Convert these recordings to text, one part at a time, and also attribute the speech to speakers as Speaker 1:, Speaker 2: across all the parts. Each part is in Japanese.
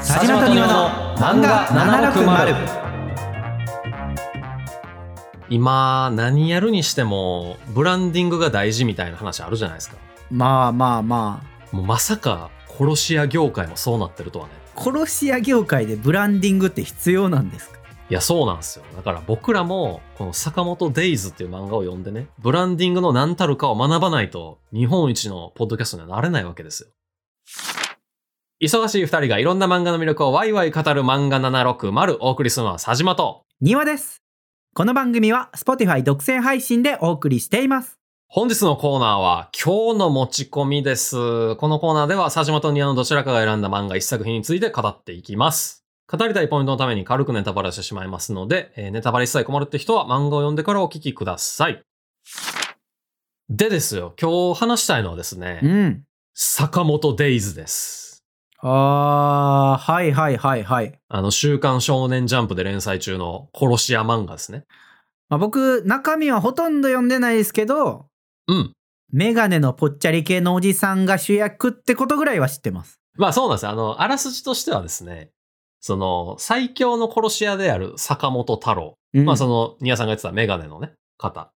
Speaker 1: 佐島と庭の漫画760
Speaker 2: 今何やるにしてもブランディングが大事みたいな話あるじゃないですか
Speaker 1: まあまあま
Speaker 2: もうまさか殺し屋業界もそうなってるとはね
Speaker 1: あ殺し屋業界でブランディングって必要なんですか
Speaker 2: いやそうなんですよだから僕らもこの「坂本デイズ」っていう漫画を読んでねブランディングの何たるかを学ばないと日本一のポッドキャストにはなれないわけですよ忙しい2人がいろんな漫画の魅力をワイワイ語る漫画760お送りするのは佐島と
Speaker 1: 庭ですこの番組は Spotify 独占配信でお送りしています
Speaker 2: 本日のコーナーは今日の持ち込みです。このコーナーでは佐島と庭のどちらかが選んだ漫画一作品について語っていきます。語りたいポイントのために軽くネタバレしてしまいますので、えーネタバレ一切困るって人は漫画を読んでからお聞きください。でですよ、今日話したいのはです
Speaker 1: う
Speaker 2: ね、
Speaker 1: ん
Speaker 2: 坂本デイズです。
Speaker 1: あーはいはいはいはい、
Speaker 2: あの、週刊少年ジャンプで連載中の殺し屋漫画ですね。
Speaker 1: まあ、僕中身はほとんど読んでないですけど
Speaker 2: うん。
Speaker 1: メガネのぽっちゃり系のおじさんが主役ってことぐらいは知ってます
Speaker 2: まあそうなんですよ。あの、あらすじとしてはですね、その、最強の殺し屋である坂本太郎。
Speaker 1: うん
Speaker 2: まあその、ニアさんが言ってたメガネのね、方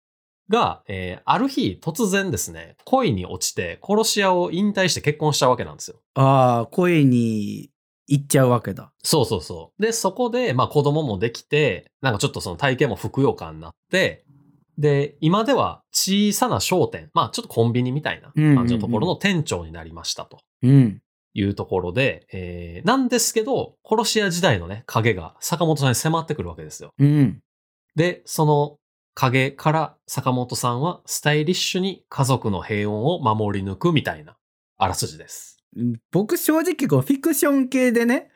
Speaker 2: が、えーある日突然ですね、恋に落ちて殺し屋を引退して結婚したわけなんですよ。
Speaker 1: ああ声に行っちゃうわけだ
Speaker 2: そうそうそう。で、そこで、まあ子供もできて、なんかちょっとその体型もふくよかになって、で、今では小さな商店、まあちょっとコンビニみたいな感じのところの店長になりましたと。
Speaker 1: うん
Speaker 2: いうところで、えーなんですけど、殺し屋時代のね、影が坂本さんに迫ってくるわけですよ。
Speaker 1: うん
Speaker 2: で、その影から坂本さんはスタイリッシュに家族の平穏を守り抜くみたいなあらすじです。
Speaker 1: 僕正直こうフィクション系でね、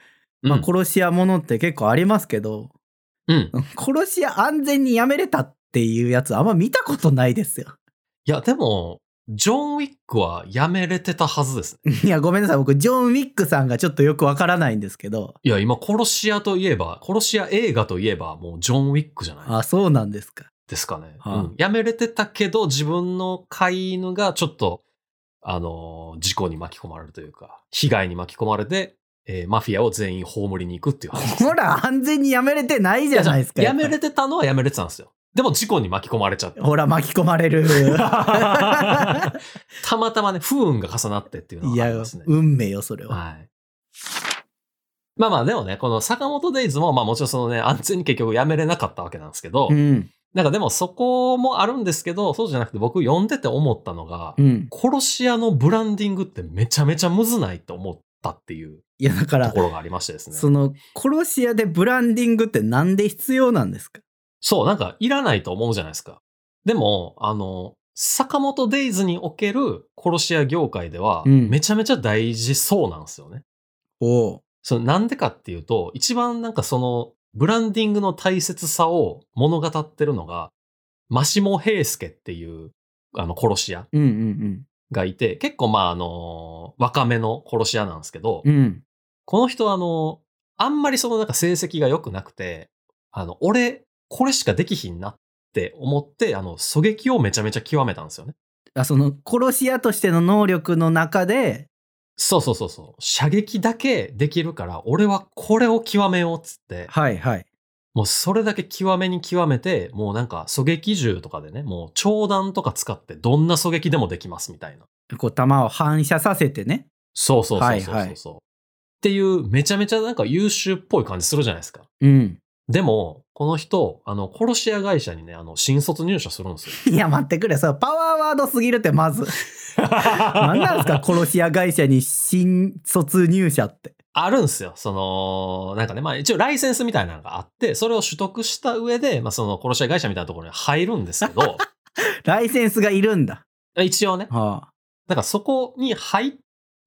Speaker 1: まあ、
Speaker 2: うん
Speaker 1: 殺し屋ものって結構ありますけど、
Speaker 2: うん。
Speaker 1: 殺し屋安全にやめれたっていうやつあんま見たことないですよ
Speaker 2: いや、でも、ジョン・ウィックはやめれてたはずですね。
Speaker 1: いやごめんなさい僕ジョン・ウィックさんがちょっとよくわからないんですけど
Speaker 2: いや、今、殺し屋といえば、殺し屋映画といえば、もうジョン・ウィックじゃない
Speaker 1: あそうなんです か
Speaker 2: ですかね。
Speaker 1: はあ
Speaker 2: うんやめれてたけど、自分の飼い犬がちょっと、あのー事故に巻き込まれるというか、被害に巻き込まれて、えーマフィアを全員葬りに行くっていう話です
Speaker 1: ほら安全にやめれてないじゃないですか
Speaker 2: やめ
Speaker 1: っぱ
Speaker 2: れてたのはやめれてたんですよ。でも事故に巻き込まれちゃっ て
Speaker 1: り。ほら巻き込まれ る
Speaker 2: たまたまね、不運が重なってっていうの
Speaker 1: い
Speaker 2: があ
Speaker 1: や
Speaker 2: りますね。
Speaker 1: 運命よそれは
Speaker 2: はい。まあまあ、でもね、この坂本デイズも、まあもちろんそのね、安全に結局やめれなかったわけなんですけど、
Speaker 1: うん
Speaker 2: なんかでもそこもあるんですけど、そうじゃなくて僕読んでて思ったのが、
Speaker 1: うん
Speaker 2: 殺し屋のブランディングってめちゃめちゃむずないと思ったっていう
Speaker 1: いやだから
Speaker 2: ところがありましてですね。
Speaker 1: その殺し屋でブランディングってなんで必要なんですか
Speaker 2: そう、なんかいらないと思うじゃないですか。でも、あの、坂本デイズにおける殺し屋業界では、
Speaker 1: うん
Speaker 2: めちゃめちゃ大事そうなんですよね。
Speaker 1: おう
Speaker 2: そのなんでかっていうと、一番なんかその、ブランディングの大切さを物語ってるのが、マシモ・ヘイスケっていう、あの、殺し屋
Speaker 1: うんうん
Speaker 2: がいて、結構まあ、あの、若めの殺し屋なんですけど、
Speaker 1: うんうん
Speaker 2: この人はあの、あんまりそのなんか成績が良くなくて、あの、俺、これしかできひんなって思って、あの、狙撃をめちゃめちゃ極めたんですよね。
Speaker 1: あその殺し屋としての能力の中で
Speaker 2: そうそうそうそう。射撃だけできるから、俺はこれを極めようっつって、
Speaker 1: はいはい
Speaker 2: もうそれだけ極めに極めて、もうなんか狙撃銃とかでね、もう長弾とか使ってどんな狙撃でもできますみたいな。
Speaker 1: こう弾を反射させてね
Speaker 2: そうそうそうそうそうそう。
Speaker 1: はいはい
Speaker 2: っていう、めちゃめちゃなんか優秀っぽい感じするじゃないですか。
Speaker 1: うん
Speaker 2: でも、この人、あの、殺し屋会社にね、あの、新卒入社するんですよ。
Speaker 1: いや待ってくれそれパワーワードすぎるって まず 何なんですか殺し屋会社に新卒入社って
Speaker 2: あるんですよ。その、なんかね、まあ一応ライセンスみたいなのがあって、それを取得した上で、まあその殺し屋会社みたいなところに入るんです けど、
Speaker 1: ライセンスがいるんだ
Speaker 2: 一応ね、
Speaker 1: は
Speaker 2: だからそこに入っ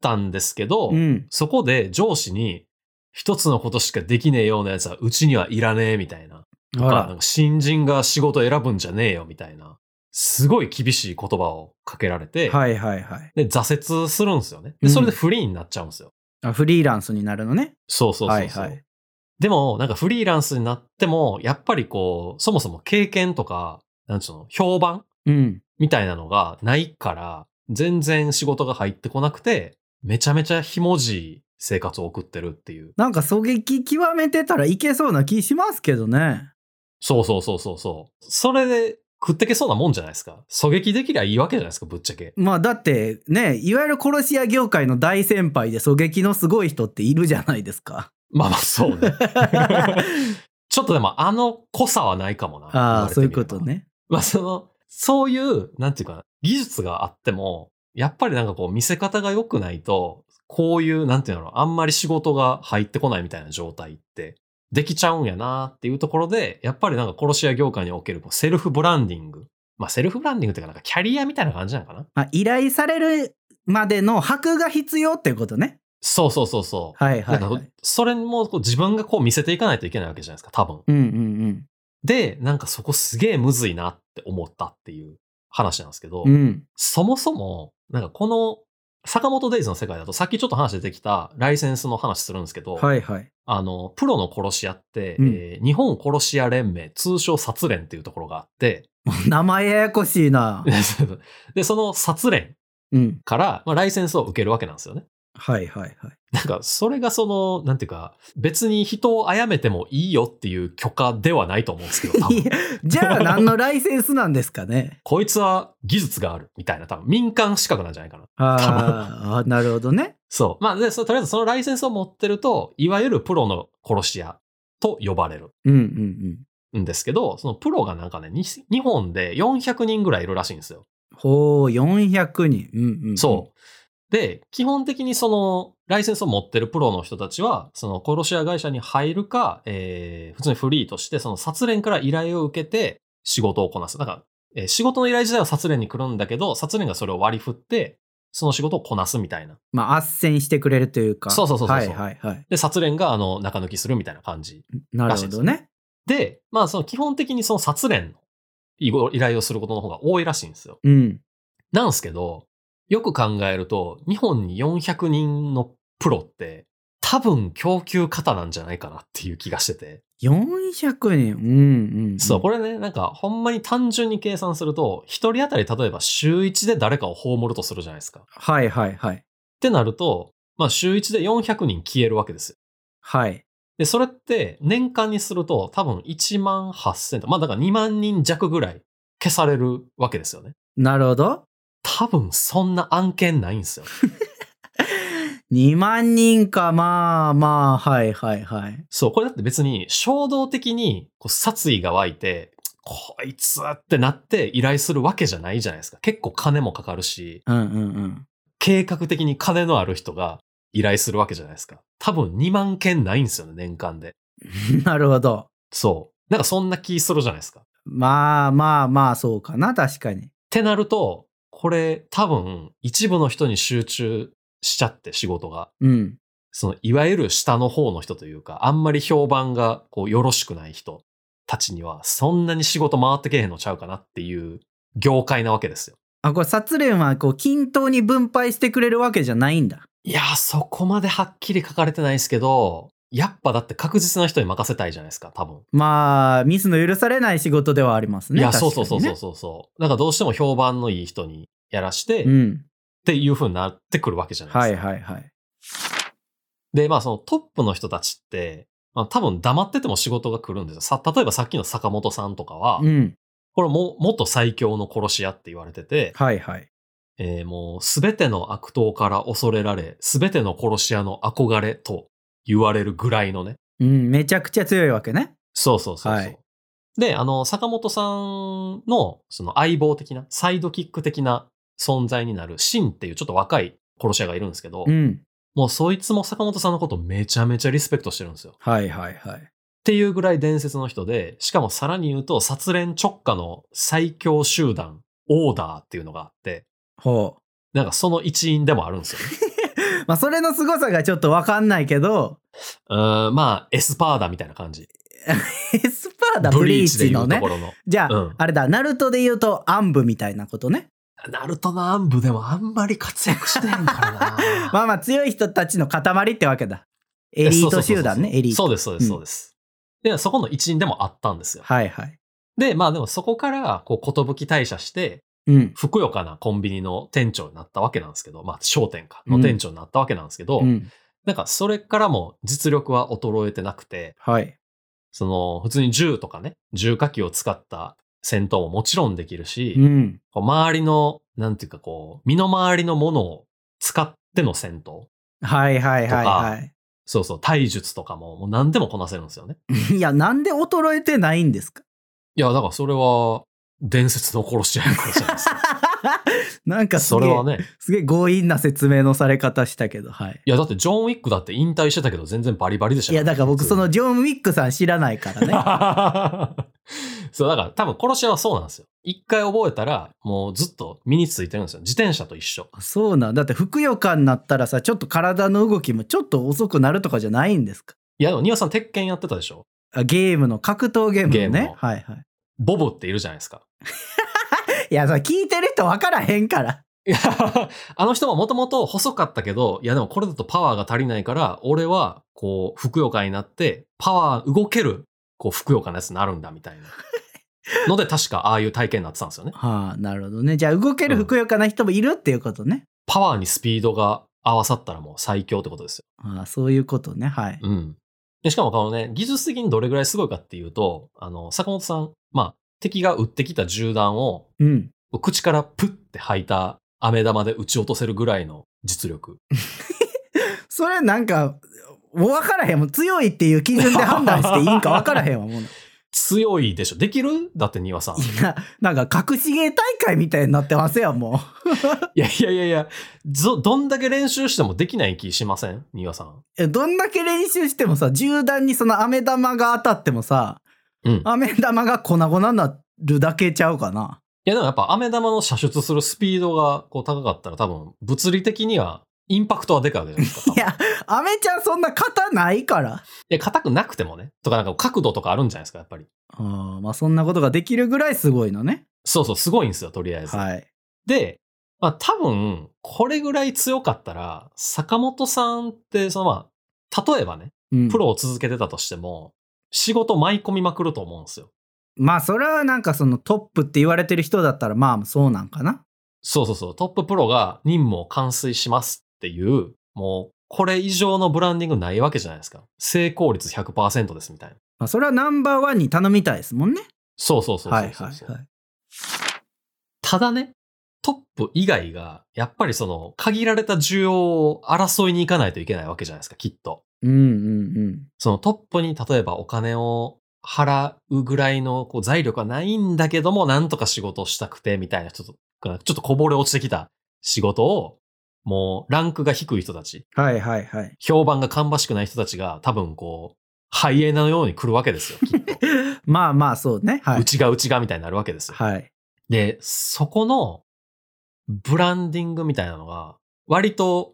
Speaker 2: たんですけ
Speaker 1: あ
Speaker 2: ど、
Speaker 1: うん
Speaker 2: そこで上司に、一つのことしかできねえようなやつはうちにはいらねえみたいな。
Speaker 1: ほ
Speaker 2: なん
Speaker 1: ら
Speaker 2: か新人が仕事選ぶんじゃねえよみたいな。すごい厳しい言葉をかけられて、
Speaker 1: はいはいはい
Speaker 2: で、挫折するんですよね。
Speaker 1: う
Speaker 2: で、
Speaker 1: ん
Speaker 2: それでフリーになっちゃうんですよ。
Speaker 1: あフリーランスになるのね
Speaker 2: そうそうそうそう。
Speaker 1: はいはい
Speaker 2: でも、なんかフリーランスになっても、やっぱりこう、そもそも経験とか、なんつうの、評判
Speaker 1: うん
Speaker 2: みたいなのがないから、全然仕事が入ってこなくて、めちゃめちゃひもじい生活を送ってるっていう。
Speaker 1: なんか狙撃極めてたらいけそうな気しますけどね。
Speaker 2: そうそうそうそうそう。それで食ってけそうなもんじゃないですか。狙撃できりゃいいわけじゃないですか、ぶっちゃけ。
Speaker 1: まあだってね、いわゆる殺し屋業界の大先輩で狙撃のすごい人っているじゃないです か。
Speaker 2: まあまあ、そうね。ちょっとでも、あの濃さはないかもな。
Speaker 1: ああ、
Speaker 2: 言
Speaker 1: そういう
Speaker 2: われてみれ
Speaker 1: こ
Speaker 2: ば
Speaker 1: と。ね。
Speaker 2: まあ、その、そういう、なんていうかな、技術があっても、やっぱりなんかこう、見せ方が良くないと、こういう、なんていうの、あんまり仕事が入ってこないみたいな状態って、できちゃうんやなっていうところで、やっぱりなんか殺し屋業界におけるこうセルフブランディング。まあ、セルフブランディングっていうか、なんかキャリアみたいな感じなのかな
Speaker 1: あ、依頼されるまでの箔が必要っていうことね。
Speaker 2: そうそうそうそう。
Speaker 1: はいはい、
Speaker 2: な
Speaker 1: は
Speaker 2: んか
Speaker 1: い。
Speaker 2: それもこう自分がこう見せていかないといけないわけじゃないですか、多分。
Speaker 1: うんうん
Speaker 2: で、なんかそこすげえむずいなって思ったっていう話なんですけど、
Speaker 1: うん。うん。
Speaker 2: そもそも、なんかこの、坂本デイズの世界だと、さっきちょっと話出てきたライセンスの話するんですけど、
Speaker 1: はいはい。
Speaker 2: あの、プロの殺し屋って、
Speaker 1: うん
Speaker 2: えー日本殺し屋連盟、通称殺連っていうところがあって、
Speaker 1: 名前ややこしいな。
Speaker 2: で、その殺連
Speaker 1: うん。
Speaker 2: から、まあ、ライセンスを受けるわけなんですよね。
Speaker 1: はいはいはい。
Speaker 2: なんか、それがその、なんていうか、別に人を殺めてもいいよっていう許可ではないと思うんですけど、多分
Speaker 1: いやじゃあ何のライセンスなんですかね
Speaker 2: こいつは技術があるみたいな、多分民間資格なんじゃないかな。
Speaker 1: あーあーなるほどね
Speaker 2: そう。まあ、で、そとりあえずそのライセンスを持ってると、いわゆるプロの殺し屋と呼ばれる
Speaker 1: うんうん
Speaker 2: んですけど、そのプロがなんかね、に日本で400人ぐらいいるらしいんですよ。
Speaker 1: うんほう400人うんうん
Speaker 2: そう。で、基本的にその、ライセンスを持ってるプロの人たちは、その殺し屋会社に入るか、えー、普通にフリーとして、その殺練から依頼を受けて仕事をこなす。だから、えー仕事の依頼自体は殺練に来るんだけど、殺練がそれを割り振って、その仕事をこなすみたいな。
Speaker 1: まあ斡旋してくれるというか
Speaker 2: そうそうそうそう
Speaker 1: はいはいはい
Speaker 2: で、殺練があの、中抜きするみたいな感じ
Speaker 1: なるほどね
Speaker 2: で、まあその基本的にその殺練の依頼をすることの方が多いらしいんですよ。
Speaker 1: うん
Speaker 2: なんですけど、よく考えると、日本に400人のプロって、多分供給方なんじゃないかなっていう気がしてて。
Speaker 1: 400人うんうん
Speaker 2: そう、これね、なんかほんまに単純に計算すると、一人当たり例えば週1で誰かを葬るとするじゃないですか。っ
Speaker 1: はいはいはい
Speaker 2: てなると、まあ週1で400人消えるわけですよ。
Speaker 1: はい
Speaker 2: で、それって年間にすると多分1万8000と、まあだから2万人弱ぐらい消されるわけですよね。
Speaker 1: なるほど
Speaker 2: 多分そんな案件ないんですよ。
Speaker 1: 2万人かまあまあはいはいはい
Speaker 2: そう、これだって別に衝動的にこう殺意が湧いて、こいつってなって依頼するわけじゃないじゃないですか。結構金もかかるし、
Speaker 1: うんうんうん
Speaker 2: 計画的に金のある人が依頼するわけじゃないですか。多分2万件ないんですよね、年間で。
Speaker 1: なるほど
Speaker 2: そう。なんかそんな気するじゃないですか。っ
Speaker 1: まあまあまあそうかな確かに
Speaker 2: てなると、これ多分一部の人に集中しちゃって仕事が。
Speaker 1: うん
Speaker 2: そのいわゆる下の方の人というか、あんまり評判がこうよろしくない人たちには、そんなに仕事回ってけえへんのちゃうかなっていう業界なわけですよ。
Speaker 1: あ、これ、殺練は、こう、均等に分配してくれるわけじゃないんだ。
Speaker 2: いやー、そこまではっきり書かれてないですけど、やっぱだって確実な人に任せたいじゃないですか、多分。
Speaker 1: まあ、ミスの許されない仕事ではありますね。
Speaker 2: いや、
Speaker 1: 確か
Speaker 2: そう
Speaker 1: に
Speaker 2: そう
Speaker 1: ね
Speaker 2: そうそうそうそう。なんかどうしても評判のいい人にやらして、
Speaker 1: う
Speaker 2: っ
Speaker 1: ん。
Speaker 2: ていう風になってくるわけじゃないですか。
Speaker 1: はいはいはい。
Speaker 2: で、まあそのトップの人たちって、まあ多分黙ってても仕事が来るんですよ。さ、例えばさっきの坂本さんとかは、
Speaker 1: うん。
Speaker 2: これも、元最強の殺し屋って言われてて、
Speaker 1: はいはい。
Speaker 2: えーもうすべての悪党から恐れられ、すべての殺し屋の憧れと言われるぐらいのね。
Speaker 1: うん、めちゃくちゃ強いわけね。
Speaker 2: そうそうそうそう。
Speaker 1: はい
Speaker 2: で、あの、坂本さんの、その相棒的な、サイドキック的な存在になるシンっていうちょっと若い殺し屋がいるんですけど、
Speaker 1: うん。
Speaker 2: もうそいつも坂本さんのことめちゃめちゃリスペクトしてるんですよ。っ
Speaker 1: はいはいはい。
Speaker 2: ていうぐらい伝説の人で、しかもさらに言うと、殺練直下の最強集団、オーダーっていうのがあって、
Speaker 1: ほ
Speaker 2: なんかその一員でもあるんですよね。
Speaker 1: う。まあ、それの凄さがちょっとわかんないけど、
Speaker 2: うーん、まあ、エスパーダみたいな感じ。
Speaker 1: エスパーダブリーチ
Speaker 2: で言
Speaker 1: の
Speaker 2: うと
Speaker 1: ね
Speaker 2: こ。ろの。
Speaker 1: じゃあ、
Speaker 2: うん
Speaker 1: あれだ、ナルトで言うと、暗部みたいなことね。。
Speaker 2: ナルトの暗部でもあんまり活躍してへんからな
Speaker 1: まあまあ、強い人たちの塊ってわけだ。エリート集団ね、エリー
Speaker 2: そ
Speaker 1: ト。
Speaker 2: うです、そうです、
Speaker 1: うん
Speaker 2: そうです。で、そこの一員でもあったんですよ。
Speaker 1: はいはい。
Speaker 2: で、まあでもそこから、こう、ことぶき退社して、
Speaker 1: うん。
Speaker 2: ふくよかなコンビニの店長になったわけなんですけど、まあ、商店か、の店長になったわけなんですけど、
Speaker 1: うん
Speaker 2: なんかそれからも実力は衰えてなくて、
Speaker 1: はい。
Speaker 2: その普通に銃とかね、銃火器を使った戦闘ももちろんできるし、
Speaker 1: うん。
Speaker 2: こう周りの、なんていうかこう、身の回りのものを使っての戦闘。
Speaker 1: はいはいはいは
Speaker 2: そうそう、体術とかももう何でもこなせるんですよね。
Speaker 1: い。いや、なんで衰えてないんですか
Speaker 2: いや、だからそれは、伝説の殺し屋やからじゃないですか
Speaker 1: なんかす
Speaker 2: そ
Speaker 1: げ
Speaker 2: れ
Speaker 1: え、
Speaker 2: はね。
Speaker 1: すげえ強引な説明のされ方したけど、はい。
Speaker 2: いや、だってジョン・ウィックだって引退してたけど全然バリバリでした
Speaker 1: いや、だから僕、その
Speaker 2: ね。
Speaker 1: ジョン・ウィックさん知らないからね。
Speaker 2: そう、だから多分殺し屋はそうなんですよ。一回覚えたら、もうずっと身についてるんですよ。自転車と一緒。
Speaker 1: そうなんだってふくよかになったらさちょっと体の動きもちょっと遅くなるとかじゃないんですか
Speaker 2: いや、でも、ニオさん、鉄拳やってたでしょ
Speaker 1: あゲームの格闘ゲーム
Speaker 2: ゲー
Speaker 1: の
Speaker 2: ム
Speaker 1: ね
Speaker 2: の
Speaker 1: はいはい
Speaker 2: ボブっているじゃないですか。
Speaker 1: いやそれ聞いてる人分からへんから
Speaker 2: いや、 あの人ももともと細かったけど、いや、でもこれだとパワーが足りないから、俺は、こう、ふくよかになって、パワー動ける、こう、ふくよかなやつになるんだ、みたいな。ので、確か、ああいう体験になってたんですよね。
Speaker 1: はあなるほどねじゃあ動けるふくよかな人もいるっていうことね、
Speaker 2: パワーにスピードが合わさったらもう最強ってことですよ。
Speaker 1: ああそういうことねはい、
Speaker 2: うん。でしかもこのね、技術的にどれぐらいすごいかっていうと、あの、坂本さん、まあ、敵が撃ってきた銃弾を、
Speaker 1: うん、
Speaker 2: 口からプッて吐いた飴玉で撃ち落とせるぐらいの実力。
Speaker 1: それなんかもう分からへんもう強いっていう基準で判断していいんか分からへんわもう い
Speaker 2: 強いでしょ。できるだって、丹羽さん。い
Speaker 1: やなんか隠し芸大会みたいになってますやんもう
Speaker 2: やいやいやいや、ど、どんだけ練習してもできない気しません丹羽さん。
Speaker 1: えどんだけ練習してもさ銃弾にその飴玉が当たってもさ
Speaker 2: うん。い
Speaker 1: 飴玉が粉々になるだけちゃうかな。
Speaker 2: や、でもやっぱ飴玉の射出するスピードがこう高かったら多分、物理的には、インパクトはでかいわけじゃな いですか。多
Speaker 1: い
Speaker 2: 分
Speaker 1: や、飴ちゃんそんな型ないから。
Speaker 2: いや、硬くなくてもね。とか、なんか角度とかあるんじゃないですか、やっぱり。
Speaker 1: あーまあそんなことができるぐらいすごいのね。
Speaker 2: そうそう、すごいんですよ、とりあえず。
Speaker 1: はい。
Speaker 2: で、まあ多分、これぐらい強かったら、坂本さんって、そのまあ、例えばね、
Speaker 1: うん
Speaker 2: プロを続けてたとしても、仕事舞い込みまくると思うんですよ。
Speaker 1: まあそれはなんかそのトップって言われてる人だったらまあそうなんかな。
Speaker 2: そうそうそう、トッププロが任務を完遂しますっていう、もう、これ以上のブランディングないわけじゃないですか。成功率100%ですみたいな。
Speaker 1: まあそれはナンバーワンに頼みたいですもんね。
Speaker 2: そうそうそうそうそう
Speaker 1: はいはいはい。
Speaker 2: ただね、トップ以外が、やっぱりその、限られた需要を争いに行かないといけないわけじゃないですか、きっと。
Speaker 1: うんうんうん。
Speaker 2: そのトップに例えばお金を払うぐらいのこう財力はないんだけども、なんとか仕事をしたくて、みたいな人とか、ちょっとこぼれ落ちてきた仕事を、もうランクが低い人たち、
Speaker 1: はいはいはい。
Speaker 2: 評判が芳しくない人たちが多分こう、ハイエナのように来るわけですよ、きっと。
Speaker 1: まあまあそうね。は
Speaker 2: う
Speaker 1: い。
Speaker 2: ちがうちがみたいになるわけですよ。
Speaker 1: はい。
Speaker 2: で、そこのブランディングみたいなのが割と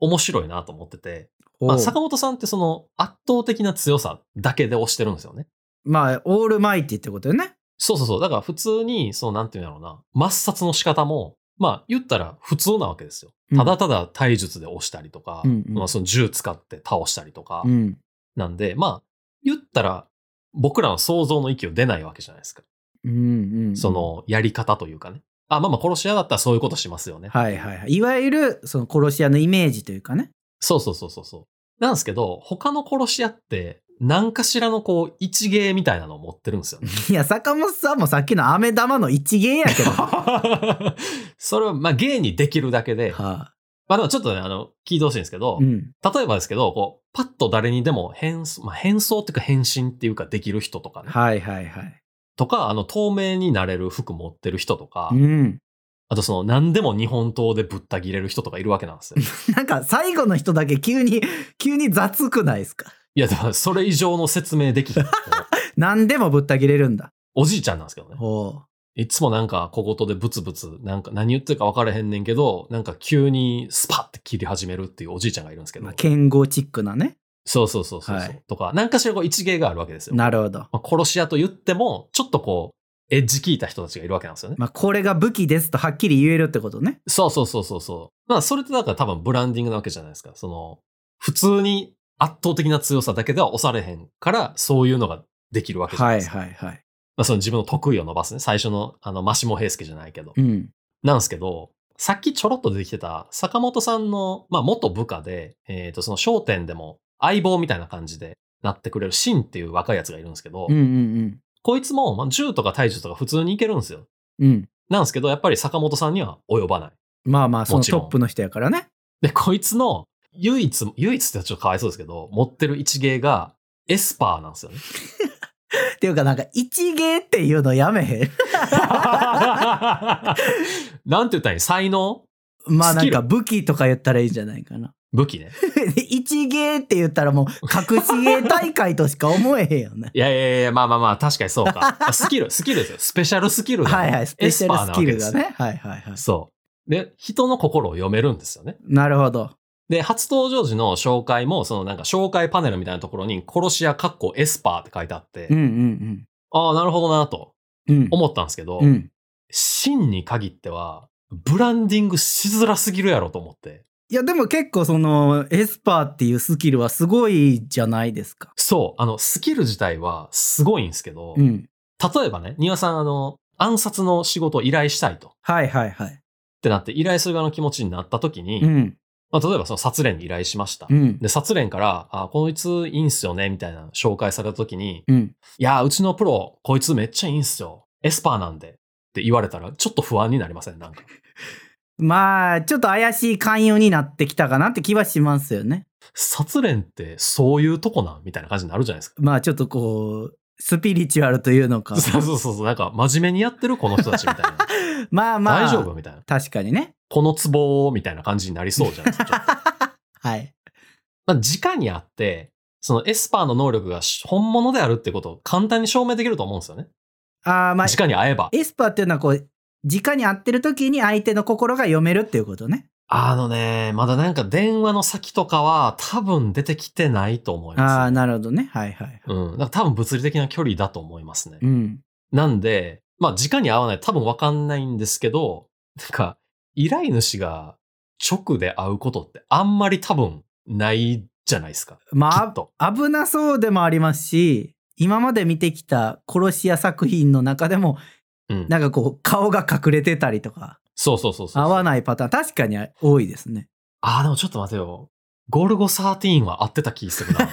Speaker 2: 面白いなと思ってて、ま
Speaker 1: お
Speaker 2: あ、
Speaker 1: う
Speaker 2: 坂本さんってその圧倒的な強さだけで推してるんですよね。
Speaker 1: まあオールマイティってことよね。
Speaker 2: そうそうそう。だから普通に、そのなんていうんだろうな、抹殺の仕方も、まあ言ったら普通なわけですよ。
Speaker 1: うん
Speaker 2: ただただ体術で押したりとか、
Speaker 1: うんうん
Speaker 2: まあその銃使って倒したりとか
Speaker 1: う、ん。
Speaker 2: なんで、まあ言ったら僕らの想像の域を出ないわけじゃないですか。
Speaker 1: うんうんうん。
Speaker 2: そのやり方というかね。あ、まあまあ殺し屋だったらそういうことしますよね。
Speaker 1: はいはいはい。いわゆるその殺し屋のイメージというかね。
Speaker 2: そうそうそうそうそう。なんですけど、他の殺し屋って何かしらのこう一芸みたいなのを持ってるんで すよね。
Speaker 1: いや、坂本さんもさっきの飴玉の一芸やけ ど。は
Speaker 2: それはまあ芸にできるだけで、
Speaker 1: あ、
Speaker 2: まあでもちょっとね、あの、聞いてほしいんですけど、
Speaker 1: うん。
Speaker 2: 例えばですけど、こう、パッと誰にでも変装、まあ、変装っていうか変身っていうかできる人とかね、
Speaker 1: はいはいはい。
Speaker 2: とか、あの、透明になれる服持ってる人とか、
Speaker 1: うん。
Speaker 2: あとその、何でも日本刀でぶった切れる人とかいるわけなんです よ。
Speaker 1: なんか最後の人だけ急に、 急に雑くないですか。
Speaker 2: いや、だからそれ以上の説明できひんこう
Speaker 1: 何でもぶった切れるんだ。
Speaker 2: おじいちゃんなんですけどね。
Speaker 1: ほ
Speaker 2: いつもなんか小言でブツブツ、なんか何言ってるか分からへんねんけど、なんか急にスパッて切り始めるっていうおじいちゃんがいるんですけ
Speaker 1: う。
Speaker 2: ど
Speaker 1: まあ、。剣豪チックなね。
Speaker 2: そうそうそうそうそう、
Speaker 1: はい
Speaker 2: とか、何かしらこう一芸があるわけですよ。
Speaker 1: なるほど。
Speaker 2: まあ、殺し屋と言っても、ちょっとこう、エッジ効いた人たちがいるわけなんですよね。
Speaker 1: まあ、これが武器ですとはっきり言えるってことね。
Speaker 2: そうそうそうそうそう。まあ、それってだから多分ブランディングなわけじゃないですか。その、普通に圧倒的な強さだけでは押されへんから、そういうのができるわけじゃな
Speaker 1: はいい
Speaker 2: ですか。
Speaker 1: はいはい。
Speaker 2: まあ、その自分の得意を伸ばすね。最初の、あの、マシモ平介じゃないけど。
Speaker 1: うん。
Speaker 2: なんですけど、さっきちょろっと出てきてた坂本さんの、まあ、元部下で、えっ、と、その商店でも相棒みたいな感じでなってくれるシンっていう若いやつがいるんですけど、
Speaker 1: うんうん
Speaker 2: こいつも、まあ、銃とか体重とか普通にいけるんですよ。
Speaker 1: うん。うん。
Speaker 2: なんですけど、やっぱり坂本さんには及ばない。
Speaker 1: まあまあ、その
Speaker 2: もちろ
Speaker 1: ト
Speaker 2: ん
Speaker 1: ップの人やからね。
Speaker 2: で、こいつの唯一、唯一ってちょっとかわいそうですけど、持ってる一芸がエスパーなん ですよね。
Speaker 1: っていうか、なんか、一芸っていうのやめへ ん。
Speaker 2: なんて言ったらいい才能
Speaker 1: まあな
Speaker 2: ス
Speaker 1: ん
Speaker 2: キル
Speaker 1: か、武器とか言ったらいいんじゃないかな。
Speaker 2: 武器ね。
Speaker 1: 一芸って言ったらもう、隠し芸大会としか思えへんよ
Speaker 2: 。
Speaker 1: ね
Speaker 2: いやいやいや、まあまあまあ、確かにそうか。スキル、スキルですよ。スペシャルスキルが
Speaker 1: はいはい、スペシャルスキルが
Speaker 2: エスパーなわ
Speaker 1: ね。はいはいは
Speaker 2: け
Speaker 1: い
Speaker 2: です。そう。で、人の心を読めるんですよね。
Speaker 1: なるほど。
Speaker 2: で、初登場時の紹介も、そのなんか紹介パネルみたいなところに、殺し屋かっこエスパーって書いてあって、
Speaker 1: うんうん
Speaker 2: ああ、なるほどなと
Speaker 1: うん。うん。
Speaker 2: 思ったんですけど、
Speaker 1: うん。
Speaker 2: 真に限っては、ブランディングしづらすぎるやろと思って。
Speaker 1: いや、でも結構その、エスパーっていうスキルはすごいじゃないですか。
Speaker 2: そう、あの、スキル自体はすごいんですけど、
Speaker 1: うん。
Speaker 2: 例えばね、庭さん、あの、暗殺の仕事を依頼したいと。っ
Speaker 1: はいはいはい。
Speaker 2: てなって、依頼する側の気持ちになった時に、
Speaker 1: うん。
Speaker 2: まあ、例えばその殺練に依頼しました。
Speaker 1: うん。
Speaker 2: で、殺練から、あ、こいついいんすよね、みたいな紹介された時に、
Speaker 1: うん。
Speaker 2: いや、うちのプロ、こいつめっちゃいいんすよ。エスパーなんで。って言われたら、ちょっと不安になりません、なんか。
Speaker 1: まあ、ちょっと怪しい勧誘になってきたかなって気はしますよね。
Speaker 2: 殺練ってそういうとこなんみたいな感じになるじゃないですか。
Speaker 1: まあ、ちょっとこう、スピリチュアルというのか。
Speaker 2: そうそうそうそう、なんか真面目にやってるこの人たちみたいな。
Speaker 1: まあ まあ、
Speaker 2: 大丈夫みたいな。
Speaker 1: 確かにね。
Speaker 2: このツボみたいな感じになりそうじゃない ですか。ちょっと
Speaker 1: はい。
Speaker 2: まあ、直にあって、そのエスパーの能力が本物であるってことを簡単に証明できると思うんですよね。
Speaker 1: ああ、まあ、
Speaker 2: 直に会えば。
Speaker 1: エスパーっていうのはこう、直に会ってる時に相手の心が読めるっていうことね。
Speaker 2: あのね、まだなんか電話の先とかは多分出てきてないと思います、
Speaker 1: ああ、なるほどね。はいはいはい。
Speaker 2: うん。だから多分物理的な距離だと思いますね。
Speaker 1: うん。
Speaker 2: なんで、まあ、直に会わない多分わかんないんですけど、なんか、依頼主が直で会うことってあんまり多分ないじゃないですか。き
Speaker 1: ま
Speaker 2: っと。
Speaker 1: あ、危なそうでもありますし、今まで見てきた殺し屋作品の中でも、
Speaker 2: うん。
Speaker 1: なんかこう、顔が隠れてたりとか、
Speaker 2: そうそうそうそうそう。
Speaker 1: 合わ
Speaker 2: い。
Speaker 1: ないパターン、確かに多いですね。
Speaker 2: ああ、でもちょっと待てよ。ゴルゴ13は会ってた気する な。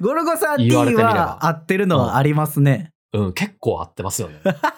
Speaker 1: ゴルゴ
Speaker 2: 言われて
Speaker 1: 13
Speaker 2: みれば
Speaker 1: は合ってるのはありますね。
Speaker 2: うん、結構会ってますよね。確か。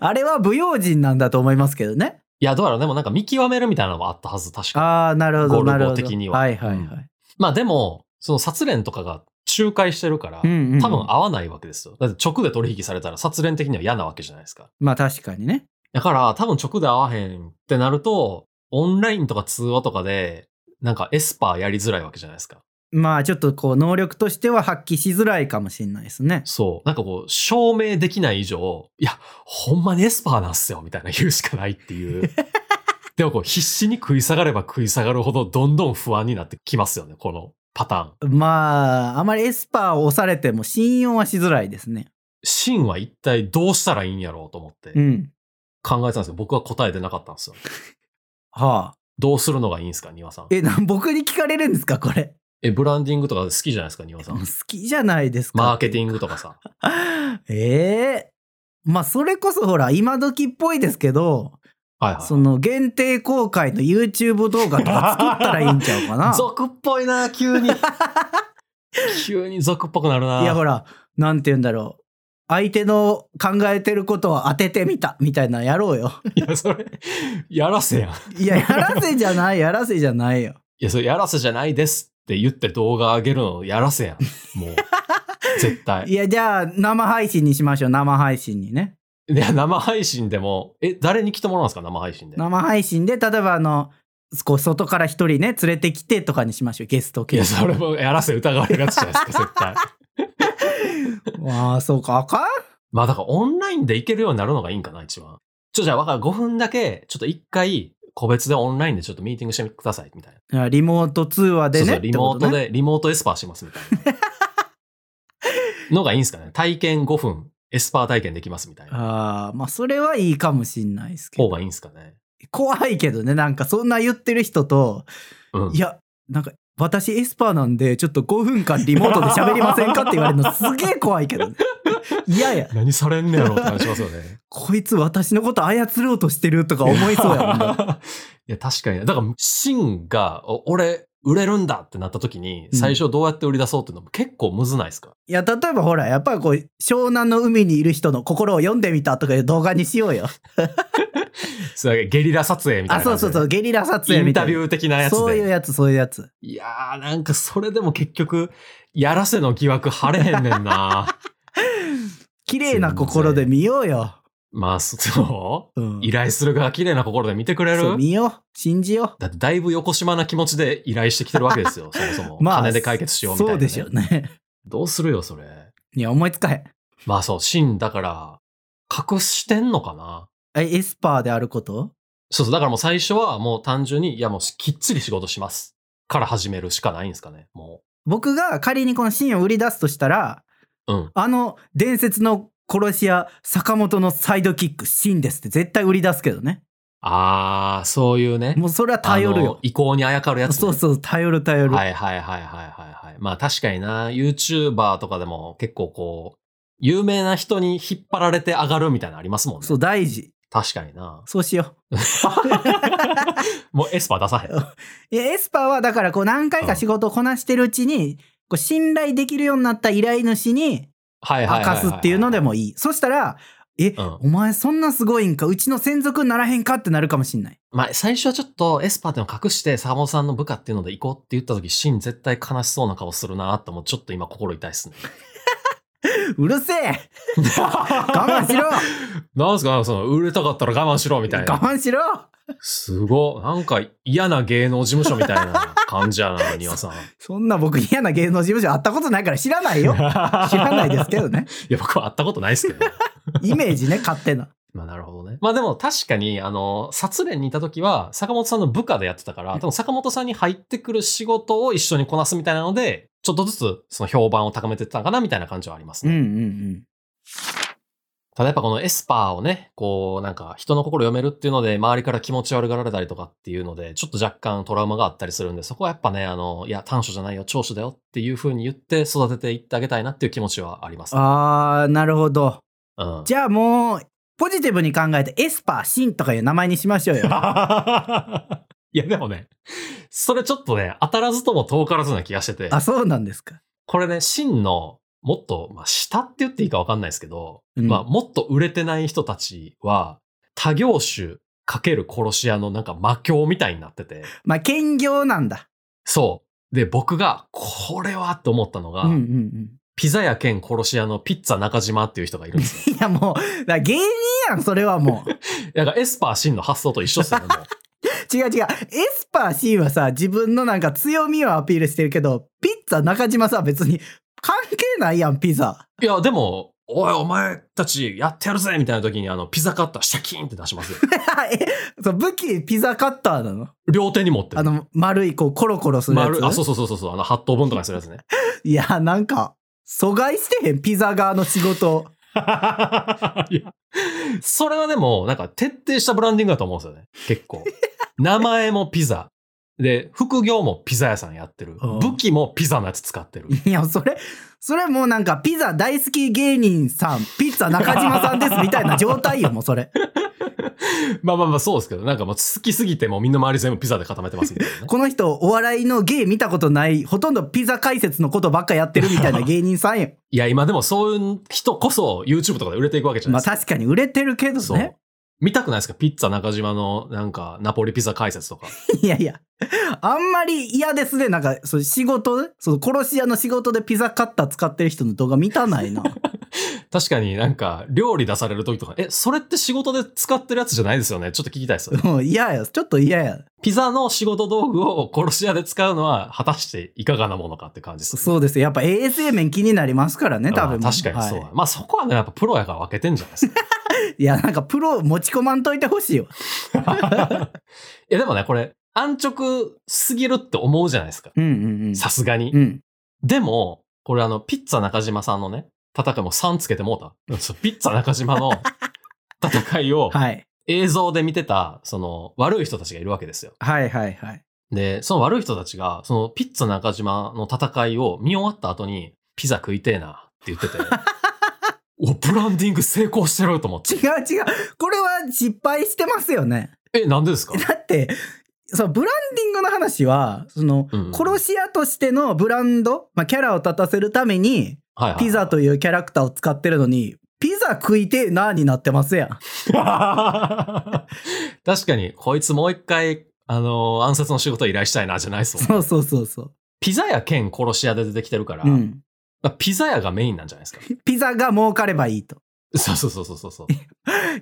Speaker 1: あれは舞踊人なんだと思いますけどね。
Speaker 2: いや、どうやらでもなんか見極めるみたいなのもあったはず、確か。
Speaker 1: ああ、なるほ
Speaker 2: ゴ
Speaker 1: ど、
Speaker 2: ルゴ
Speaker 1: なるほど。
Speaker 2: 的には
Speaker 1: はいはいはい。
Speaker 2: まあでも、その殺練とかが仲介してるから、
Speaker 1: うんうん
Speaker 2: 多分合わないわけですよ。だって直で取引されたら殺練的には嫌なわけじゃないですか。
Speaker 1: まあ確かにね。
Speaker 2: だから多分直で会わへんってなると、オンラインとか通話とかで、なんかエスパーやりづらいわけじゃないですか。
Speaker 1: まあちょっとこう能力としては発揮しづらいかもしれないですね。
Speaker 2: そう。なんかこう、証明できない以上、いや、ほんまにエスパーなんすよ、みたいな 言うしかないっ ていう。でもこう、必死に食い下がれば食い下がるほど、どんどん不安になってきますよね、このパターン。
Speaker 1: まああまりエスパーを押されても信用はしづらいですね。
Speaker 2: シンは一体どうしたらいいんやろうと思って
Speaker 1: うん。
Speaker 2: 考えてたんですけど、僕は答えてなかったんですよ。
Speaker 1: はあ。
Speaker 2: どうするのがいいんですか、庭さん。
Speaker 1: え、な僕に聞かれるんですかこれ。
Speaker 2: え、ブランディングとか好きじゃないですか、庭さ
Speaker 1: 好
Speaker 2: ん。
Speaker 1: きじゃないですか。
Speaker 2: マーケティングとかさ。
Speaker 1: ええまあそれこそほら今時っぽいですけど、
Speaker 2: はいはい。
Speaker 1: その限定公開の YouTube 動画とか作ったらいいんちゃうか な。
Speaker 2: 俗っぽいな、急に。急に俗っぽくなるな。
Speaker 1: いやほら、なんて言うんだろう。相手の考えてることを当ててみたみたいなのやろうよ。
Speaker 2: いや、それ、やらせやん。い
Speaker 1: い や、やらせじゃない、やらせじゃないよ。
Speaker 2: や、それ、やらせじゃないですって言って動画上げるの、やらせやん。 もう。絶対。
Speaker 1: いや、じゃあ、生配信にしましょう、生配信にね。
Speaker 2: いや、生配信でも、え、誰に来てもらうんですか、生配信で。
Speaker 1: 生配信で、例えば、あの、こう外から一人ね、連れてきてとかにしましょう、ゲスト
Speaker 2: い
Speaker 1: 系
Speaker 2: や、。それも、やらせ疑われがちじゃな いですか、絶対。
Speaker 1: ああ、そうか、あかん
Speaker 2: まあ、だから、オンラインでいけるようになるのがいいんかな、一番。ちょ、じゃあ、わかる。5分だけ、ちょっと一回、個別でオンラインでちょっとミーティングしてください、みたいな。
Speaker 1: いやリモート通話で
Speaker 2: そう
Speaker 1: ね。
Speaker 2: そうリモー
Speaker 1: ってこと
Speaker 2: ト
Speaker 1: ね
Speaker 2: で、リモートエスパーしますみたい な。のがいいんですかね。体験5分、エスパー体験できますみたいな。
Speaker 1: ああ、まあ、それはいいかもしんないですけ
Speaker 2: 方
Speaker 1: ど。
Speaker 2: がいいんですかね。
Speaker 1: 怖いけどね、なんかそんな言ってる人と、
Speaker 2: うん
Speaker 1: い。や、なんか、私エスパーなんで、ちょっと5分間リモートで喋りませんかって言われるのすげえ怖いけどね。嫌や。
Speaker 2: 何されんねやろって感じしますよね。
Speaker 1: こいつ私のこと操ろうとしてると か思いそうやもんね。
Speaker 2: いや、確かに。だから、シンが、お俺、売れるんだってなった時に、
Speaker 1: うん
Speaker 2: 最初どうやって売り出そうっていうのも結構むずないですか、
Speaker 1: いや、例えばほら、やっぱりこう、湘南の海にいる人の心を読んでみたとかいう動画にしようよ。
Speaker 2: それゲリラ撮影みたい
Speaker 1: あ、
Speaker 2: な感
Speaker 1: そう
Speaker 2: じ
Speaker 1: そ
Speaker 2: で。
Speaker 1: うそう、ゲリラ撮影
Speaker 2: イン
Speaker 1: みた
Speaker 2: タ
Speaker 1: いな。
Speaker 2: ビュー的なやつで。
Speaker 1: そういうやつ、そういうやつ。
Speaker 2: いやー、なんかそれでも結局、やらせの疑惑晴れへんね んな。
Speaker 1: 綺麗な心で見ようよ。
Speaker 2: まあ、そう
Speaker 1: うん。
Speaker 2: 依頼する側綺麗な心で見てくれる
Speaker 1: そう見よう。信じよ
Speaker 2: だってだいぶ横島な気持ちで依頼してきてるわけです よ、そもそも。
Speaker 1: う。まあ、
Speaker 2: 金で解決しようみたいな、
Speaker 1: そうでしょう。ね。
Speaker 2: どうするよ、それ。
Speaker 1: いや、思いつかへん。
Speaker 2: まあそう、シンだから、隠してんのかな
Speaker 1: え、エスパーであること
Speaker 2: そうそう、だからもう最初はもう単純に、いやもうきっちり仕事します。から始めるしかないんですかね、も
Speaker 1: 僕が仮にこのシーンを売り出すとしたら、
Speaker 2: う。うん。
Speaker 1: あの伝説の殺し屋、坂本のサイドキック、シーンですって絶対売り出すけどね。
Speaker 2: あー、そういうね。
Speaker 1: もうそれは頼る
Speaker 2: あ
Speaker 1: よ
Speaker 2: の。意向にあやかるやつ、ね。
Speaker 1: そうそう、頼る頼る。
Speaker 2: はいはいはいはいはいはい。まあ確かにな、YouTuber とかでも結構こう、有名な人に引っ張られて上がるみたいなのありますもんね。
Speaker 1: そう、大事。
Speaker 2: 確かにな。
Speaker 1: そうしよ
Speaker 2: もうエスパー出 さへん。
Speaker 1: う。いや、エスパーはだからこう何回か仕事をこなしてるうちに、こう信頼できるようになった依頼主に
Speaker 2: はいはいはい
Speaker 1: 明
Speaker 2: は
Speaker 1: か
Speaker 2: い。
Speaker 1: すっていうのでもいい。そしたら、え、
Speaker 2: うん
Speaker 1: お前そんなすごいんか、うちの専属にならへんかってなるかもしんない。
Speaker 2: まあ、最初はちょっとエスパーっていうのを隠して、坂本さんの部下っていうので行こうって言った時、シン絶対悲しそうな顔するなともちょっと今心痛いっすね。
Speaker 1: うるせえ 我
Speaker 2: 我
Speaker 1: 慢しろ
Speaker 2: なんすかなんかその、売れたかったら我慢しろ みたい
Speaker 1: 我
Speaker 2: な。
Speaker 1: 慢しろ
Speaker 2: すごい。なんか嫌な芸能事務所みたいな感じやな、庭さん。
Speaker 1: そんな僕嫌な芸能事務所会ったことないから 知らない よ。知らないですけどね。
Speaker 2: いや、僕は会ったことないですけど。
Speaker 1: イメージね、勝手な。
Speaker 2: まあ、なるほどね。まあでも確かに、あの、殺練にいた時は、坂本さんの部下でやってたから、多分坂本さんに入ってくる仕事を一緒にこなすみたいなので、ちょっとずつその評判を高めてったかなみたいな感じはあります
Speaker 1: うん
Speaker 2: ね。
Speaker 1: うんうん。
Speaker 2: ただやっぱこのエスパーをね、こうなんか人の心読めるっていうので、周りから気持ち悪がられたりとかっていうので、ちょっと若干トラウマがあったりするんで、そこはやっぱね、あの、いや、短所じゃないよ、長所だよっていう風に言って育てていってあげたいなっていう気持ちはあります、ね。
Speaker 1: あー、なるほど。
Speaker 2: うん。
Speaker 1: じゃあもう、ポジティブに考えて、エスパー、シンとかいう名前にしましょうよ。
Speaker 2: いや、でもね、それちょっとね、当たらずとも遠からずな気がしてて、
Speaker 1: あ、そうなんですか。
Speaker 2: これね、真の、もっと、まあ、下って言っていいかわかんないですけど、
Speaker 1: うん
Speaker 2: まあ、もっと売れてない人たちは、他業種かける殺し屋のなんか魔境みたいになってて、
Speaker 1: まあ、兼業なんだ。
Speaker 2: そう。で、僕が、これはと思ったのが、
Speaker 1: うんうんうん。
Speaker 2: ピザ屋兼殺し屋のピッツァ中島っていう人がいるん ですよ。
Speaker 1: いや、もう、だから芸人やん、それは もう。
Speaker 2: だからエスパー真の発想と一緒ですよね、もう
Speaker 1: 違う違う。エスパー、シンはさ、自分のなんか強みをアピールしてるけど、ピッツァ、中島さ、別に関係ないやん、ピザ。
Speaker 2: いや、でも、おい、お前たちやってやるぜみたいな時に、あの、ピザカッターシャキーンって出しま すよ。
Speaker 1: え、そう武器、ピザカッターなの
Speaker 2: 両手に持ってる。
Speaker 1: あの、丸い、こう、コロコロするやつ。
Speaker 2: 丸、あ、そうそうそうそうそう、あの、8等分とかにするや つね。
Speaker 1: いや、なんか、阻害してへん、ピザ側の仕事。
Speaker 2: いや、それはでも、なんか徹底したブランディングだと思うんですよね。結構。名前もピザ。で、副業もピザ屋さんやってる。
Speaker 1: うん
Speaker 2: 武器もピザのやつ使ってる。
Speaker 1: いや、それ、それもうなんか、ピザ大好き芸人さん、ピッツァ中島さんです、みたいな状態よ、もうそれ。
Speaker 2: まあまあまあそうですけど、なんかもう好きすぎてもうみんな周り全部ピザで固めてますみたいな ね、
Speaker 1: この人、お笑いの芸見たことない、ほとんどピザ解説のことばっかやってるみ たいな芸人さんよ。
Speaker 2: いや、今でもそういう人こそ YouTube とかで売れていくわけじゃ
Speaker 1: ま
Speaker 2: ない
Speaker 1: あ
Speaker 2: です
Speaker 1: 確
Speaker 2: か。
Speaker 1: かに売れてるけど
Speaker 2: そう
Speaker 1: ね。。
Speaker 2: 見たくないですかピッツァ中島のなんかナポリピザ解説と か。
Speaker 1: いやいや。あんまり嫌ですね。なんか、そう仕事、その殺し屋の仕事でピザカッター使ってる人の動画見たない な。
Speaker 2: 確かになんか料理出される時とか、え、それって仕事で使ってるやつじゃないですよねちょっと聞きたいですよね
Speaker 1: もう嫌や。ちょっと嫌や。
Speaker 2: ピザの仕事道具を殺し屋で使うのは果たしていかがなものかって感じですね。
Speaker 1: そうですよやっぱ衛生面気になりますからね、
Speaker 2: まあ
Speaker 1: 多分。
Speaker 2: 確かにそう、
Speaker 1: は
Speaker 2: まあそこはね、やっぱプロやから分けてんじゃないですか。
Speaker 1: い。いや、なんかプロ持ち込まんといてほしいよ。
Speaker 2: いやでもね、これ、安直すぎるって思うじゃないですか。
Speaker 1: うんうんうん。
Speaker 2: さすがに。
Speaker 1: うん。
Speaker 2: でも、これあの、ピッツァ中島さんのね、戦いも3つけてもうた。そうピッツァ中 島の戦いを
Speaker 1: はい。
Speaker 2: 映像で見てた、その悪い人たちがいるわけですよ。
Speaker 1: はいはいはい。
Speaker 2: で、その悪い人たちが、そのピッツ ァ中島の戦いを見終わった後に、ピザ食いてえなって言ってて、お、ブランディング成功してると思って。
Speaker 1: 違う違う。これは失敗してますよね。
Speaker 2: え、なんでですか
Speaker 1: だって、そのブランディングの話は、その、
Speaker 2: うん
Speaker 1: 殺し屋としてのブランド、まあ、キャラを立たせるために、
Speaker 2: はいはい
Speaker 1: ピザというキャラクターを使ってるのに、ピザ食いてえなーになってますやん。
Speaker 2: 確かに、こいつもう一回、あのー暗殺の仕事依頼したいな、じゃないっすもん。
Speaker 1: そうそうそうそ
Speaker 2: ピザ屋兼殺し屋で出てきてるから、
Speaker 1: う。うん。
Speaker 2: まあピザ屋がメインなんじゃないです か。
Speaker 1: ピザが儲かればいいと。
Speaker 2: そうそうそうそうそう。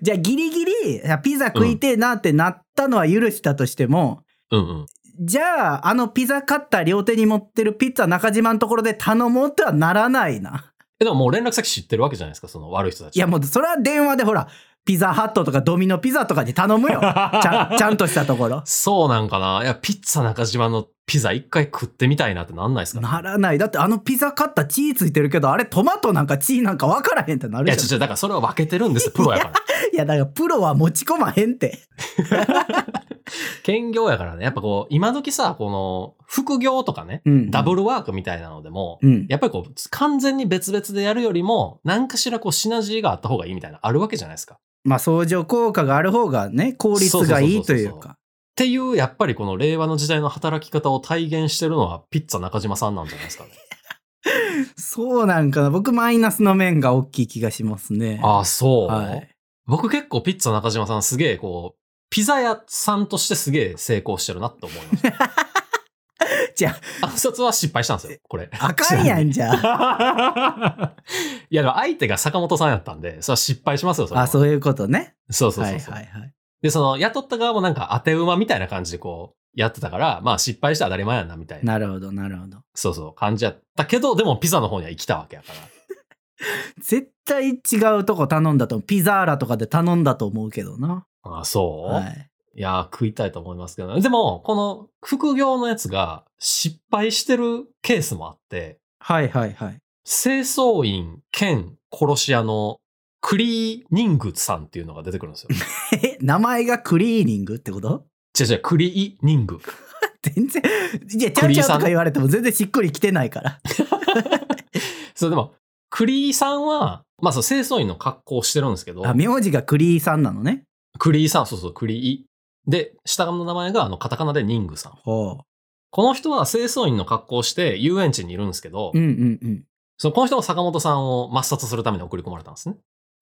Speaker 1: じゃあギリギリ、いやピザ食いてえなってなったのは許したとしても、
Speaker 2: うんうん。
Speaker 1: じゃあ、あのピザカッター両手に持ってるピッツァ中島のところで頼もうとはならないな。
Speaker 2: え、でももう連絡先知ってるわけじゃないですか、その悪い人たち。。
Speaker 1: いや、もうそれは電話でほら、ピザハットとかドミノピザとかに頼むよ。ちゃんちゃんとしたところ
Speaker 2: そうなんかな。いや、ピッツァ中島のピザ一回食ってみたいなってなんないですか
Speaker 1: ならない。だってあのピザ買った血ついてるけど、あれトマトなんか血なんか分からへんってないる
Speaker 2: や、
Speaker 1: じ
Speaker 2: ち
Speaker 1: ゃ
Speaker 2: ょ、ちょ、だからそれは分けてるん ですよ、プロやから。
Speaker 1: ん。いや、だからプロは持ち込まへんって。
Speaker 2: 兼業やからね。やっぱこう、今時さ、この、副業とかね、
Speaker 1: うん。
Speaker 2: ダブ
Speaker 1: ル。
Speaker 2: ルワークみたいなのでも、
Speaker 1: うん。
Speaker 2: やっぱりこう、完全に別々でやるよりも、何かしらこう、シナジーがあった方がいいみたいな、あるわけじゃないですか。っ
Speaker 1: まあ相乗効果がある方がね、効率がいいというか。
Speaker 2: ていう、やっぱりこの令和の時代の働き方を体現してるのは、ピッツァ中島さんなんじゃないですかね。
Speaker 1: そうなんかな。僕マイナスの面が大きい気がしますね。
Speaker 2: ああ、そう。
Speaker 1: はい。
Speaker 2: 僕結構ピッツァ中島さんすげえこう、ピザ屋さんとしてすげえ成功してるなって思いま した。
Speaker 1: じゃあ、
Speaker 2: 暗殺は失敗したんですよ、これ。
Speaker 1: あかんやんじゃあ。
Speaker 2: いや、でも相手が坂本さんやったんで、それは失敗します よ、それは
Speaker 1: あ、そういうことね。
Speaker 2: そうそうそうそう。
Speaker 1: はいはいはい。
Speaker 2: で、その、雇った側もなんか当て馬みたいな感じでこう、やってたから、まあ失敗して当たり前やな、みたいな。
Speaker 1: なるほど、なるほど。
Speaker 2: そうそう、感じやったけど、でもピザの方には生きたわけやから。
Speaker 1: 絶対違うとこ頼んだと思うピザーラとかで頼んだと思うけどな。
Speaker 2: ああ、そう、、
Speaker 1: はいい。
Speaker 2: やー、食いたいと思いますけど、ね、でも、この副業のやつが失敗してるケースもあって、
Speaker 1: はいはいはい。
Speaker 2: 清掃員兼殺し屋のクリーニングさんっていうのが出てくるんで すよ。
Speaker 1: え、名前がクリーニングってこと
Speaker 2: 違う違う、クリーニング。
Speaker 1: 全然、いや、ちゃ
Speaker 2: ク
Speaker 1: う
Speaker 2: リ
Speaker 1: ち
Speaker 2: ー
Speaker 1: ゃう
Speaker 2: さん
Speaker 1: とか言われても全然しっくりきてないから。
Speaker 2: そう、でも、クリーさんは、まあそう、清掃員の格好をしてるんですけど、
Speaker 1: あ、名字がクリーさんなのね。
Speaker 2: クリーさん、そうそう、クリー。で、下の名前が、あの、カタカナでニングさん。
Speaker 1: ほ
Speaker 2: この人は清掃員の格好をして遊園地にいるんですけど、
Speaker 1: う。うんうんう
Speaker 2: そのこの人も坂本さんを抹殺するために送り込まれたんですね。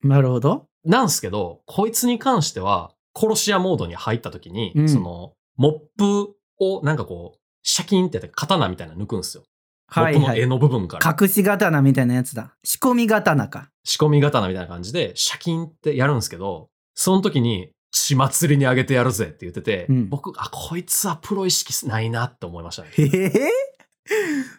Speaker 1: ん。なるほど。
Speaker 2: なんすけど、こいつに関しては、殺し屋モードに入った時に、
Speaker 1: うん
Speaker 2: その、モップをなんかこう、シャキンってやって刀みたいなの抜くんですよ。
Speaker 1: はい
Speaker 2: モッ
Speaker 1: は
Speaker 2: プの絵
Speaker 1: い。
Speaker 2: の部分から。
Speaker 1: 隠し刀みたいなやつだ。仕込み刀か。
Speaker 2: 仕込み刀みたいな感じで、シャキンってやるんですけど、その時に、血祭りにあげてやるぜって言ってて、
Speaker 1: うん
Speaker 2: 僕、あ、こいつはプロ意識ないなって思いましたね。
Speaker 1: へえ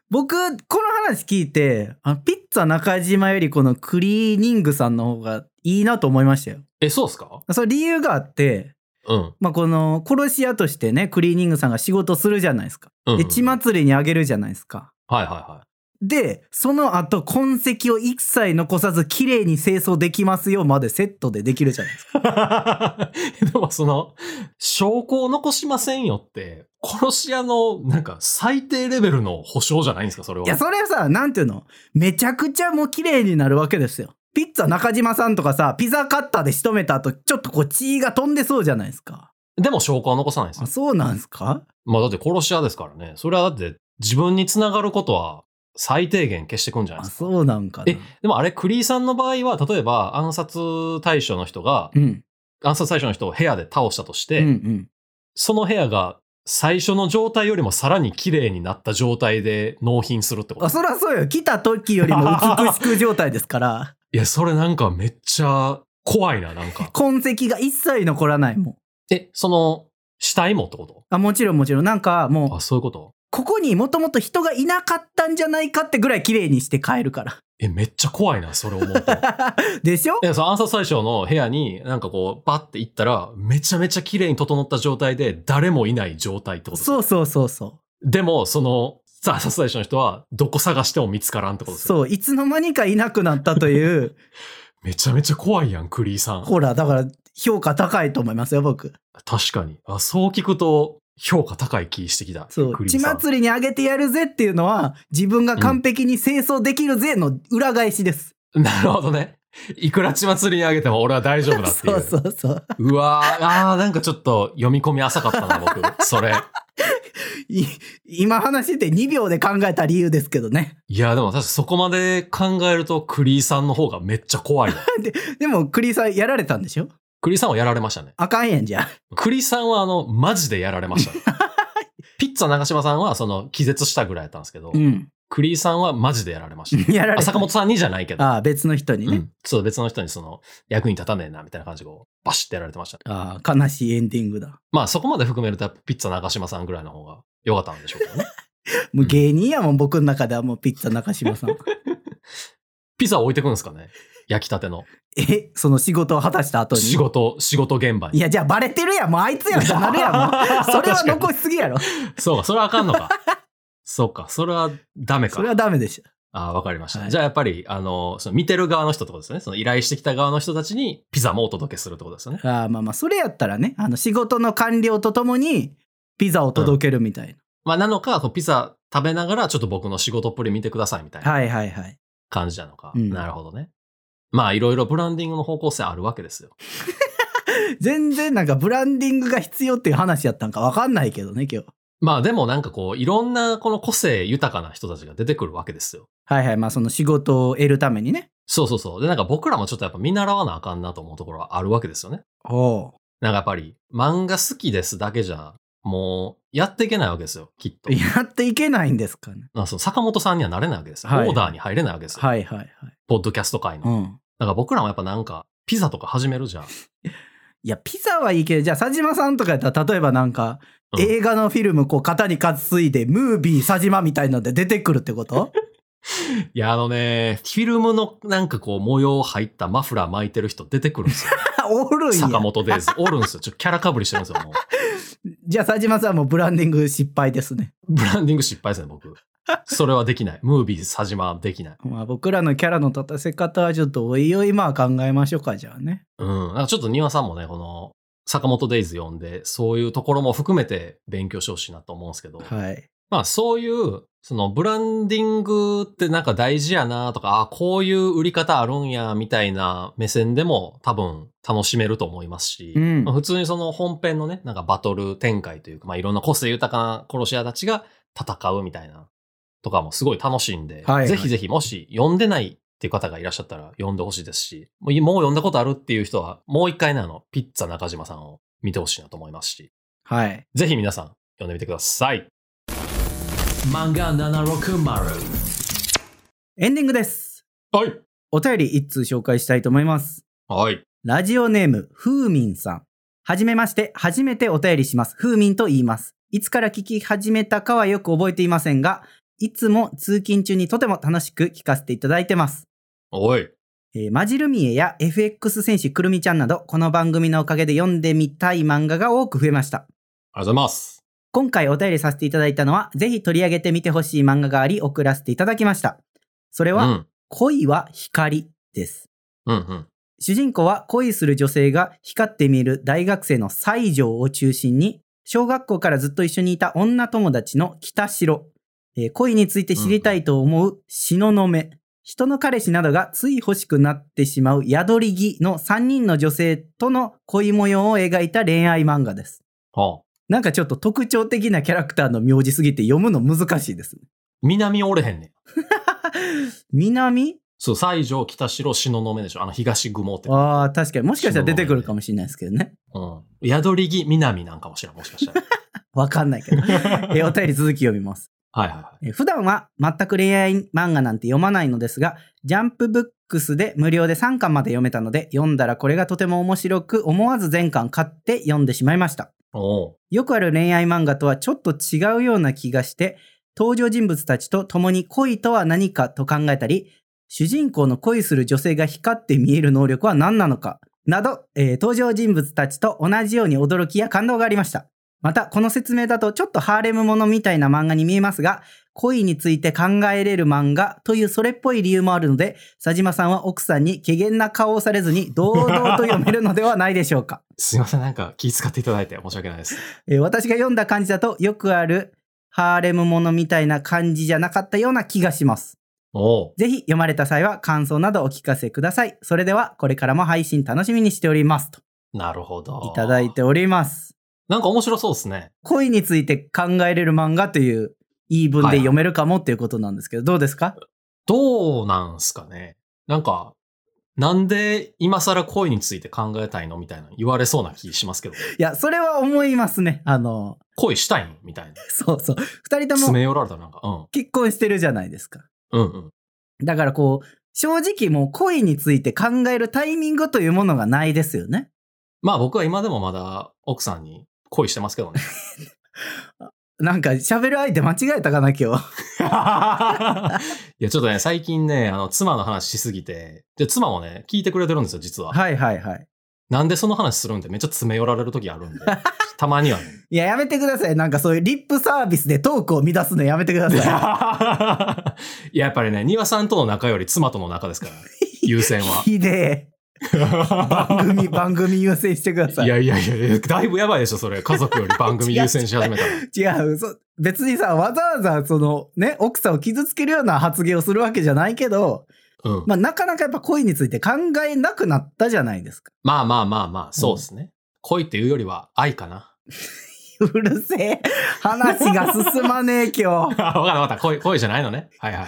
Speaker 1: 僕、この話聞いて、あのピッツァ中島よりこのクリーニングさんの方がいいなと思いましたよ。
Speaker 2: え、そうっすか
Speaker 1: それ理由があって、
Speaker 2: うん。うん
Speaker 1: まあ、この殺し屋としてねクリーニングさんが仕事するじゃないですか
Speaker 2: うん、
Speaker 1: で血祭りにあげるじゃないですか
Speaker 2: はいはいはい。
Speaker 1: でその後痕跡を一切残さず綺麗に清掃できますよまでセットでできるじゃないですか
Speaker 2: でもその、証拠を残しませんよって、殺し屋の、なんか、最低レベルの保証じゃないんですか、それは。
Speaker 1: いやそれさなんていうのめちゃくちゃもう綺麗になるわけですよピッツァ中島さんとかさピザカッターで仕留めた後ちょっとこう血が飛んでそうじゃないですか
Speaker 2: でも証拠は残さないんです
Speaker 1: あ
Speaker 2: よ。
Speaker 1: そうなんですか
Speaker 2: まあだって殺し屋ですからね。それはだって、自分に繋がることは、最低限消してくんじゃな
Speaker 1: あ
Speaker 2: いですか。
Speaker 1: そうなんかな
Speaker 2: えでもあれ、クリーさんの場合は、例えば暗殺対象の人が、
Speaker 1: うん
Speaker 2: 暗殺対象の人を部屋で倒したとし
Speaker 1: う
Speaker 2: て、
Speaker 1: んうん
Speaker 2: その部屋が最初の状態よりもさらに綺麗になった状態で納品するってこと
Speaker 1: あそりゃそうよ来た時よりも美しく状態ですから。
Speaker 2: いや、それなんかめっちゃ怖いな、なんか
Speaker 1: 痕跡が一切残らないもん
Speaker 2: え、その、死体もってこ
Speaker 1: あもちろんもちろんなんか
Speaker 2: と
Speaker 1: もう
Speaker 2: あ、そういうこと
Speaker 1: ここにもともと人がいなかったんじゃないかってぐらい綺麗にして帰るか
Speaker 2: え、めっちゃ怖いな、それ思う と。
Speaker 1: ら でしょ
Speaker 2: え、その暗殺対象の部屋になんかこう、バッて行ったら、めちゃめちゃ綺麗に整った状態で、誰もいない状態ってこと
Speaker 1: そうそうそうそ
Speaker 2: でも、その、暗殺対象の人は、どこ探しても見つからんってこ
Speaker 1: う
Speaker 2: とですよ
Speaker 1: そういつの間にかいなくなったという
Speaker 2: めちゃめちゃ怖いやん、クリーさん。
Speaker 1: ほらだから評価高いと思いますよ僕
Speaker 2: 確かに。あ、そう聞くと、評価高い気してきた。
Speaker 1: そ
Speaker 2: ク
Speaker 1: う
Speaker 2: リ
Speaker 1: 血
Speaker 2: ーさん。
Speaker 1: 祭りにあげてやるぜっていうのは自分が完璧に清掃できるぜの裏返しです、
Speaker 2: なるほどね。いくらちまつり上げても俺は大丈夫だってい。
Speaker 1: そううそうそう。
Speaker 2: うわー、あー、なんかちょっと読み込み浅かったな、僕。それ。
Speaker 1: い今話して2秒で考えた理由ですけどね。
Speaker 2: いや、でも確かそこまで考えると、クリーさんの方がめっちゃ怖い わ。
Speaker 1: でも、クリさんやられたんでしょ
Speaker 2: クリーさんはやられましたね。
Speaker 1: あかんやんじゃん。
Speaker 2: クリさんはあの、マジでやられ ましたね。ピッツァ長島さんはその、気絶したぐらいやったんですけど、
Speaker 1: うん。
Speaker 2: クリーさんはマジでやられましたね。
Speaker 1: やら
Speaker 2: あ
Speaker 1: れた
Speaker 2: 坂。本さんにじゃないけど、
Speaker 1: ああ、別の人に
Speaker 2: う
Speaker 1: ね。
Speaker 2: ん、そう別の人にその、役に立たねえな、みたいな感じでこう、バシッてやられてましたね。
Speaker 1: ああ、悲しいエンディングだ。
Speaker 2: まあそこまで含めると、やっぱピッツァ長島さんぐらいの方が良かったんでしょうけどね。
Speaker 1: もう芸人やもん、僕の中ではもうピッツァ中島さん。
Speaker 2: ピザ置いてくんですかね焼きたての。
Speaker 1: え、その仕事を果たした後に。
Speaker 2: 仕事、仕事現場
Speaker 1: い
Speaker 2: に。
Speaker 1: や、じゃあバレてるやん、もうあいつやんってなるやん、もう。それは残しすぎやろ。
Speaker 2: そうか、それはあかん のか。そうか、それはダメか
Speaker 1: それ。はダメでしょ。
Speaker 2: ああ、わかりました。
Speaker 1: はい
Speaker 2: じゃあやっぱり、あの、その見てる側の人ってことですね。その依頼してきた側の人たちにピザもお届けするってことですよね。
Speaker 1: ああ、まあまあ、それやったらね、あの、仕事の完了とともに、ピザを届けるみたいな。
Speaker 2: まあなのか、こうピザ食べながらちょっと僕の仕事っぷり見てくださいみたいな
Speaker 1: はいはいはい。
Speaker 2: 感じなのか。
Speaker 1: うん
Speaker 2: なるほどね。まあいろいろブランディングの方向性あるわけですよ。
Speaker 1: 全然なんかブランディングが必要っていう話やったんかわかんないけどね、今日。
Speaker 2: まあでもなんかこう、いろんなこの個性豊かな人たちが出てくるわけですよ。
Speaker 1: はいはい、まあその仕事を得るためにね。
Speaker 2: そうそうそう。で、なんか僕らもちょっとやっぱ見習わなあかんなと思うところはあるわけですよね。
Speaker 1: お
Speaker 2: なんかやっぱり漫画好きですだけじゃ、もうやっていけないわけですよ、きっと。
Speaker 1: やっていけないんですかね。
Speaker 2: なんかその坂本さんにはなれないわけですよ。
Speaker 1: はい
Speaker 2: オーダーに入れないわけですよ。
Speaker 1: はいはいはい。
Speaker 2: ポッドキャスト界の。
Speaker 1: うん。
Speaker 2: なんか僕らもやっぱなんか、ピザとか始 めるじゃん。
Speaker 1: いや、ピザはいいけど、じゃあ佐島さんとかやったら、例えばなんか、
Speaker 2: うん
Speaker 1: 映画のフィルム、こう、型に担いで、ムービー佐島みたいので出てくるってこと
Speaker 2: いや、あのね、フィルムのなんかこう模様入ったマフラー巻いてる人出てくるん ですよ。
Speaker 1: おるんや。
Speaker 2: 坂本デイズ。おるんですよ。ちょっとキャラかぶりしてるんですよ、もう。
Speaker 1: じゃあ佐島さんもブランディング失敗ですね。
Speaker 2: ブランディング失敗ですね、僕。それはできない。ムービー佐島はできない。
Speaker 1: まあ僕らのキャラの立たせ方はちょっとおいおいまあ考えましょうか、じゃあね。
Speaker 2: うん。なんかちょっと庭さんもね、この、坂本デイズ読んで、そういうところも含めて勉強してほしいなと思うんですけど、
Speaker 1: はい。
Speaker 2: まあそういう、そのブランディングってなんか大事やなとか、あこういう売り方あるんや、みたいな目線でも多分楽しめると思いますし、
Speaker 1: うん
Speaker 2: まあ普通にその本編のね、なんかバトル展開というか、まあいろんな個性豊かな殺し屋たちが戦うみたいなとかもすごい楽しいんで、
Speaker 1: はいはい
Speaker 2: ぜひぜひもし読んでないっていう方がいらっしゃったら読んでほしいですし、もうもう読んだことあるっていう人は、もう一回ね、あの、ピッツァ中島さんを見てほしいなと思いますし、
Speaker 1: はい。
Speaker 2: ぜひ皆さん読んでみてください。漫画760。
Speaker 1: エンディングです。
Speaker 2: はい。
Speaker 1: お便り一通紹介したいと思います。
Speaker 2: はい。
Speaker 1: ラジオネーム、ふうみんさん。はじめまして、初めてお便りします。ふうみんと言います。いつから聞き始めたかはよく覚えていませんが、いつも通勤中にとても楽しく聞かせていただいてます。
Speaker 2: おい。
Speaker 1: えーマジルミエや FX 戦士くるみちゃんなど、この番組のおかげで読んでみたい漫画が多く増えました。
Speaker 2: ありがとうございます。
Speaker 1: 今回お便りさせていただいたのは、ぜひ取り上げてみてほしい漫画があり、送らせていただきました。それ
Speaker 2: う
Speaker 1: は、
Speaker 2: ん。
Speaker 1: 恋は光です。
Speaker 2: うんうん。
Speaker 1: 主人公は恋する女性が光って見える大学生の西条を中心に、小学校からずっと一緒にいた女友達の北城、えー恋について知りたいと思う東雲、人の彼氏などがつい欲しくなってしまう宿り木の3人の女性との恋模様を描いた恋愛漫画です。
Speaker 2: はあ。
Speaker 1: なんかちょっと特徴的なキャラクターの名字すぎて読むの難しいです。
Speaker 2: 南おれへんねん。
Speaker 1: 南
Speaker 2: そう、西条、北城、篠の目でしょ。あの、東雲って。
Speaker 1: ああ、 確かに。もしかしたら出てくるかもしれないですけどね。
Speaker 2: うん。宿り木南なんかもしれん。もし かしたら。
Speaker 1: わかんない けど。えーお便り続き読みます。
Speaker 2: はいはいはい。
Speaker 1: えー普段は全く恋愛漫画なんて読まないのですが、ジャンプブックスで無料で3巻まで読めたので、読んだらこれがとても面白く、思わず全巻買って読んでしまいました。
Speaker 2: おう。
Speaker 1: よくある恋愛漫画とはちょっと違うような気がして、登場人物たちと共に恋とは何かと考えたり、主人公の恋する女性が光って見える能力は何なのか、など、えー登場人物たちと同じように驚きや感動がありました。また、この説明だとちょっとハーレムものみたいな漫画に見えますが、恋について考えれる漫画というそれっぽい理由もあるので、佐島さんは奥さんに怪げな顔をされずに堂々と読めるのではないでしょうか。
Speaker 2: すいません。なんか気遣っていただいて申し訳ないです。
Speaker 1: えー私が読んだ感じだとよくあるハーレムものみたいな感じじゃなかったような気がします。
Speaker 2: おう
Speaker 1: ぜひ読まれた際は感想などお聞かせください。それではこれからも配信楽しみにしておりますと
Speaker 2: なるほど。
Speaker 1: いただい。ております。
Speaker 2: なんか面白そうですね。
Speaker 1: 恋について考えれる漫画という言い分で読めるかもっていうことなんですけど、どうですか
Speaker 2: どうなんすかね。なんか、なんで今更恋について考えたいのみたいな言われそうな気しますけど。
Speaker 1: いや、それは思いますね。あの、
Speaker 2: 恋したいんみたいな。
Speaker 1: そうそう。二人と
Speaker 2: 詰
Speaker 1: も
Speaker 2: め寄られたらなんか、うん。
Speaker 1: 結婚してるじゃないですか。
Speaker 2: うんうん。
Speaker 1: だからこう、正直もう恋について考えるタイミングというものがないですよね。
Speaker 2: まあ僕は今でもまだ奥さんに恋してますけどね。
Speaker 1: なんか喋る相手間違えたかな今日。
Speaker 2: いや、ちょっとね、最近ね、あの、妻の話しすぎて、で、妻もね、聞いてくれてるんですよ、実は。
Speaker 1: はいはいはい。
Speaker 2: なんでその話するんってめっちゃ詰め寄られる時あるんで、たまにはね。
Speaker 1: いや、やめてください。なんかそういうリップサービスでトークを乱すのやめてくだ
Speaker 2: い
Speaker 1: さ
Speaker 2: や、やっぱりね、庭さんとの仲より妻との仲ですから、優先
Speaker 1: い。
Speaker 2: は。
Speaker 1: ひでえ。番 組、番組優先してください。
Speaker 2: いやいやいやいや、だいぶやばいでしょ、それ。家族より番組優先し始めた ら。
Speaker 1: 違うそ。別にさ、わざわざそのね、奥さんを傷つけるような発言をするわけじゃないけど、
Speaker 2: うん。
Speaker 1: まあなかなかやっぱ恋について考えなくなったじゃないですか。
Speaker 2: まあまあまあまあ、そうですね。恋っていうよりは愛かな。
Speaker 1: うるせえ。話が進まねえ今日。
Speaker 2: わかったわかった。恋、恋じゃないのね。はいはい。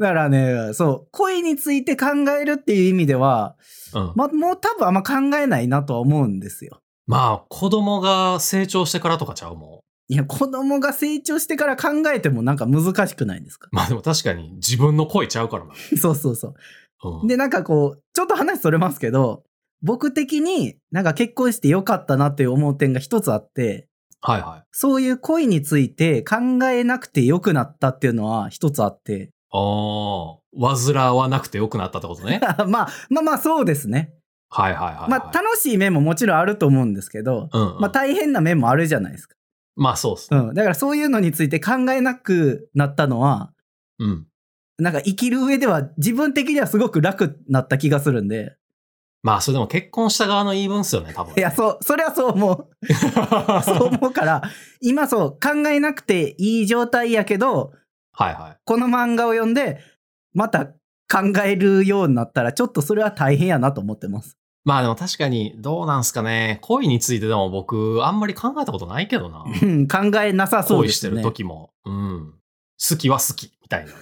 Speaker 1: だからね、そう、恋について考えるっていう意味では、
Speaker 2: うん。
Speaker 1: ま、もう多分あんま考えないなとは思うんですよ。
Speaker 2: まあ、子供が成長してからとかちゃうも
Speaker 1: いや、子供が成長してから考えてもなんか難しくないですか
Speaker 2: ん。まあでも確かに自分の恋ちゃうからな。
Speaker 1: そうそうそう。
Speaker 2: うん。
Speaker 1: で、なんかこう、ちょっと話それますけど、僕的になんか結婚してよかったなっていう思う点が一つあって、
Speaker 2: はいはい。
Speaker 1: そういう恋について考えなくてよくなったっていうのは一つあって、
Speaker 2: ああ、煩わなくてよくなったってこ とね。
Speaker 1: まあまあまあそうですね。
Speaker 2: はいはいはい、はい。
Speaker 1: まあ楽しい面ももちろんあると思うんですけど、
Speaker 2: うん、うん。
Speaker 1: まあ
Speaker 2: まあ、
Speaker 1: 大変な面もあるじゃないですか。
Speaker 2: そうっすね。
Speaker 1: うん。だからそういうのについて考えなくなったのは、
Speaker 2: うん。
Speaker 1: なんか生きる上では自分的にはすごく楽になった気がするんで。
Speaker 2: まあ、それでも結婚した側の言い分っすよね、多分、
Speaker 1: いや、そう、それはそう思う。
Speaker 2: は
Speaker 1: そう思うから、今そう、考えなくていい状態やけど、
Speaker 2: はいはい。
Speaker 1: この漫画を読んで、また考えるようになったら、ちょっとそれは大変やなと思ってます。
Speaker 2: まあでも確かに、どうなんすかね。恋についてでも僕、あんまり考えたことないけどな。
Speaker 1: うん 考えなさそう
Speaker 2: 恋
Speaker 1: で
Speaker 2: して
Speaker 1: す
Speaker 2: る
Speaker 1: ね。
Speaker 2: 時も。うん。好きは好き、みたいな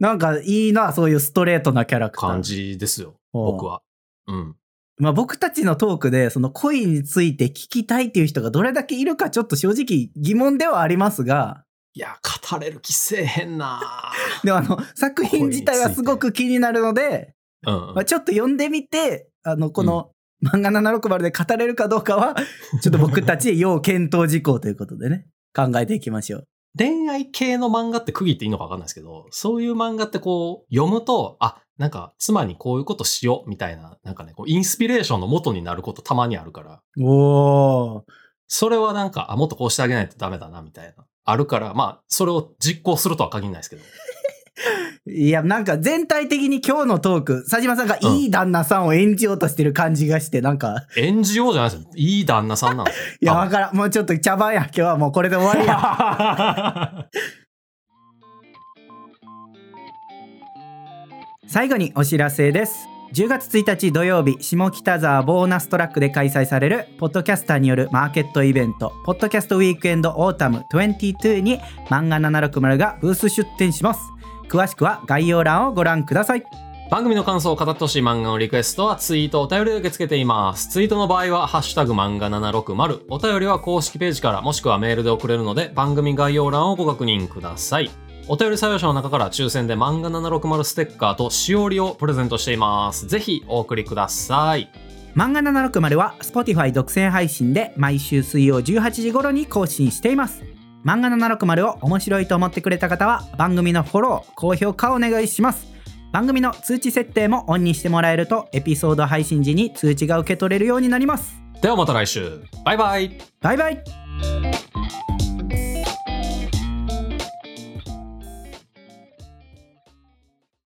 Speaker 1: なんかいいな、そういうストレートなキャラクター。
Speaker 2: 感じですよ、
Speaker 1: おう
Speaker 2: 僕は。うん。
Speaker 1: まあ僕たちのトークで、その恋について聞きたいっていう人がどれだけいるか、ちょっと正直疑問ではありますが、
Speaker 2: いや、語れる気せえへんな
Speaker 1: でもあの、作品自体はすごく気になるので、
Speaker 2: うんうん
Speaker 1: まあ、ちょっと読んでみて、あの、この、漫画760で語れるかどうか は、ちょっと僕たちで要検討事項ということでね、考えていきましょう。
Speaker 2: 恋愛系の漫画って区切っていいのか分かんないですけど、そういう漫画ってこう、読むと、あ、なんか、妻にこういうことしよう、みたいな、なんかね、こう、インスピレーションの元になることたまにあるから、
Speaker 1: おー。
Speaker 2: それはなんか、あ、もっとこうしてあげないとダメだな、みたいな。あるから、まあ、それを実行するとは限らないですけど。
Speaker 1: いや、なんか全体的に今日のトーク、佐島さんがいい旦那さんを演じようとしてる感じがして、なんか、
Speaker 2: 演じようじゃないですよ。いい旦那さんなんです よ。
Speaker 1: いや、
Speaker 2: 多分
Speaker 1: わからん。もうちょっと茶番や。今日はもうこれで終わりや。最後にお知らせです10月1日土曜日下北沢ボーナストラックで開催されるポッドキャスターによるマーケットイベント「ポッドキャストウィークエンドオータム22」に漫画760がブース出展します詳しくは概要欄をご覧ください
Speaker 2: 番組の感想を語ってほしい漫画のリクエストはツイートお便りで受け付けています。ツイートの場合は、ハッシュタグ漫画760、お便りは公式ページからもしくはメールで送れるので、番組概要欄をご確認ください。お便り採用者の中から抽選で漫画760ステッカーとしおりをプレゼントしています。ぜひお送りください。
Speaker 1: 漫画760は Spotify 独占配信で毎週水曜18時頃に更新しています漫画760を面白いと思ってくれた方は番組のフォロー高評価をお願いします番組の通知設定もオンにしてもらえるとエピソード配信時に通知が受け取れるようになります
Speaker 2: ではまた来週。バイバイ。
Speaker 1: バイバイ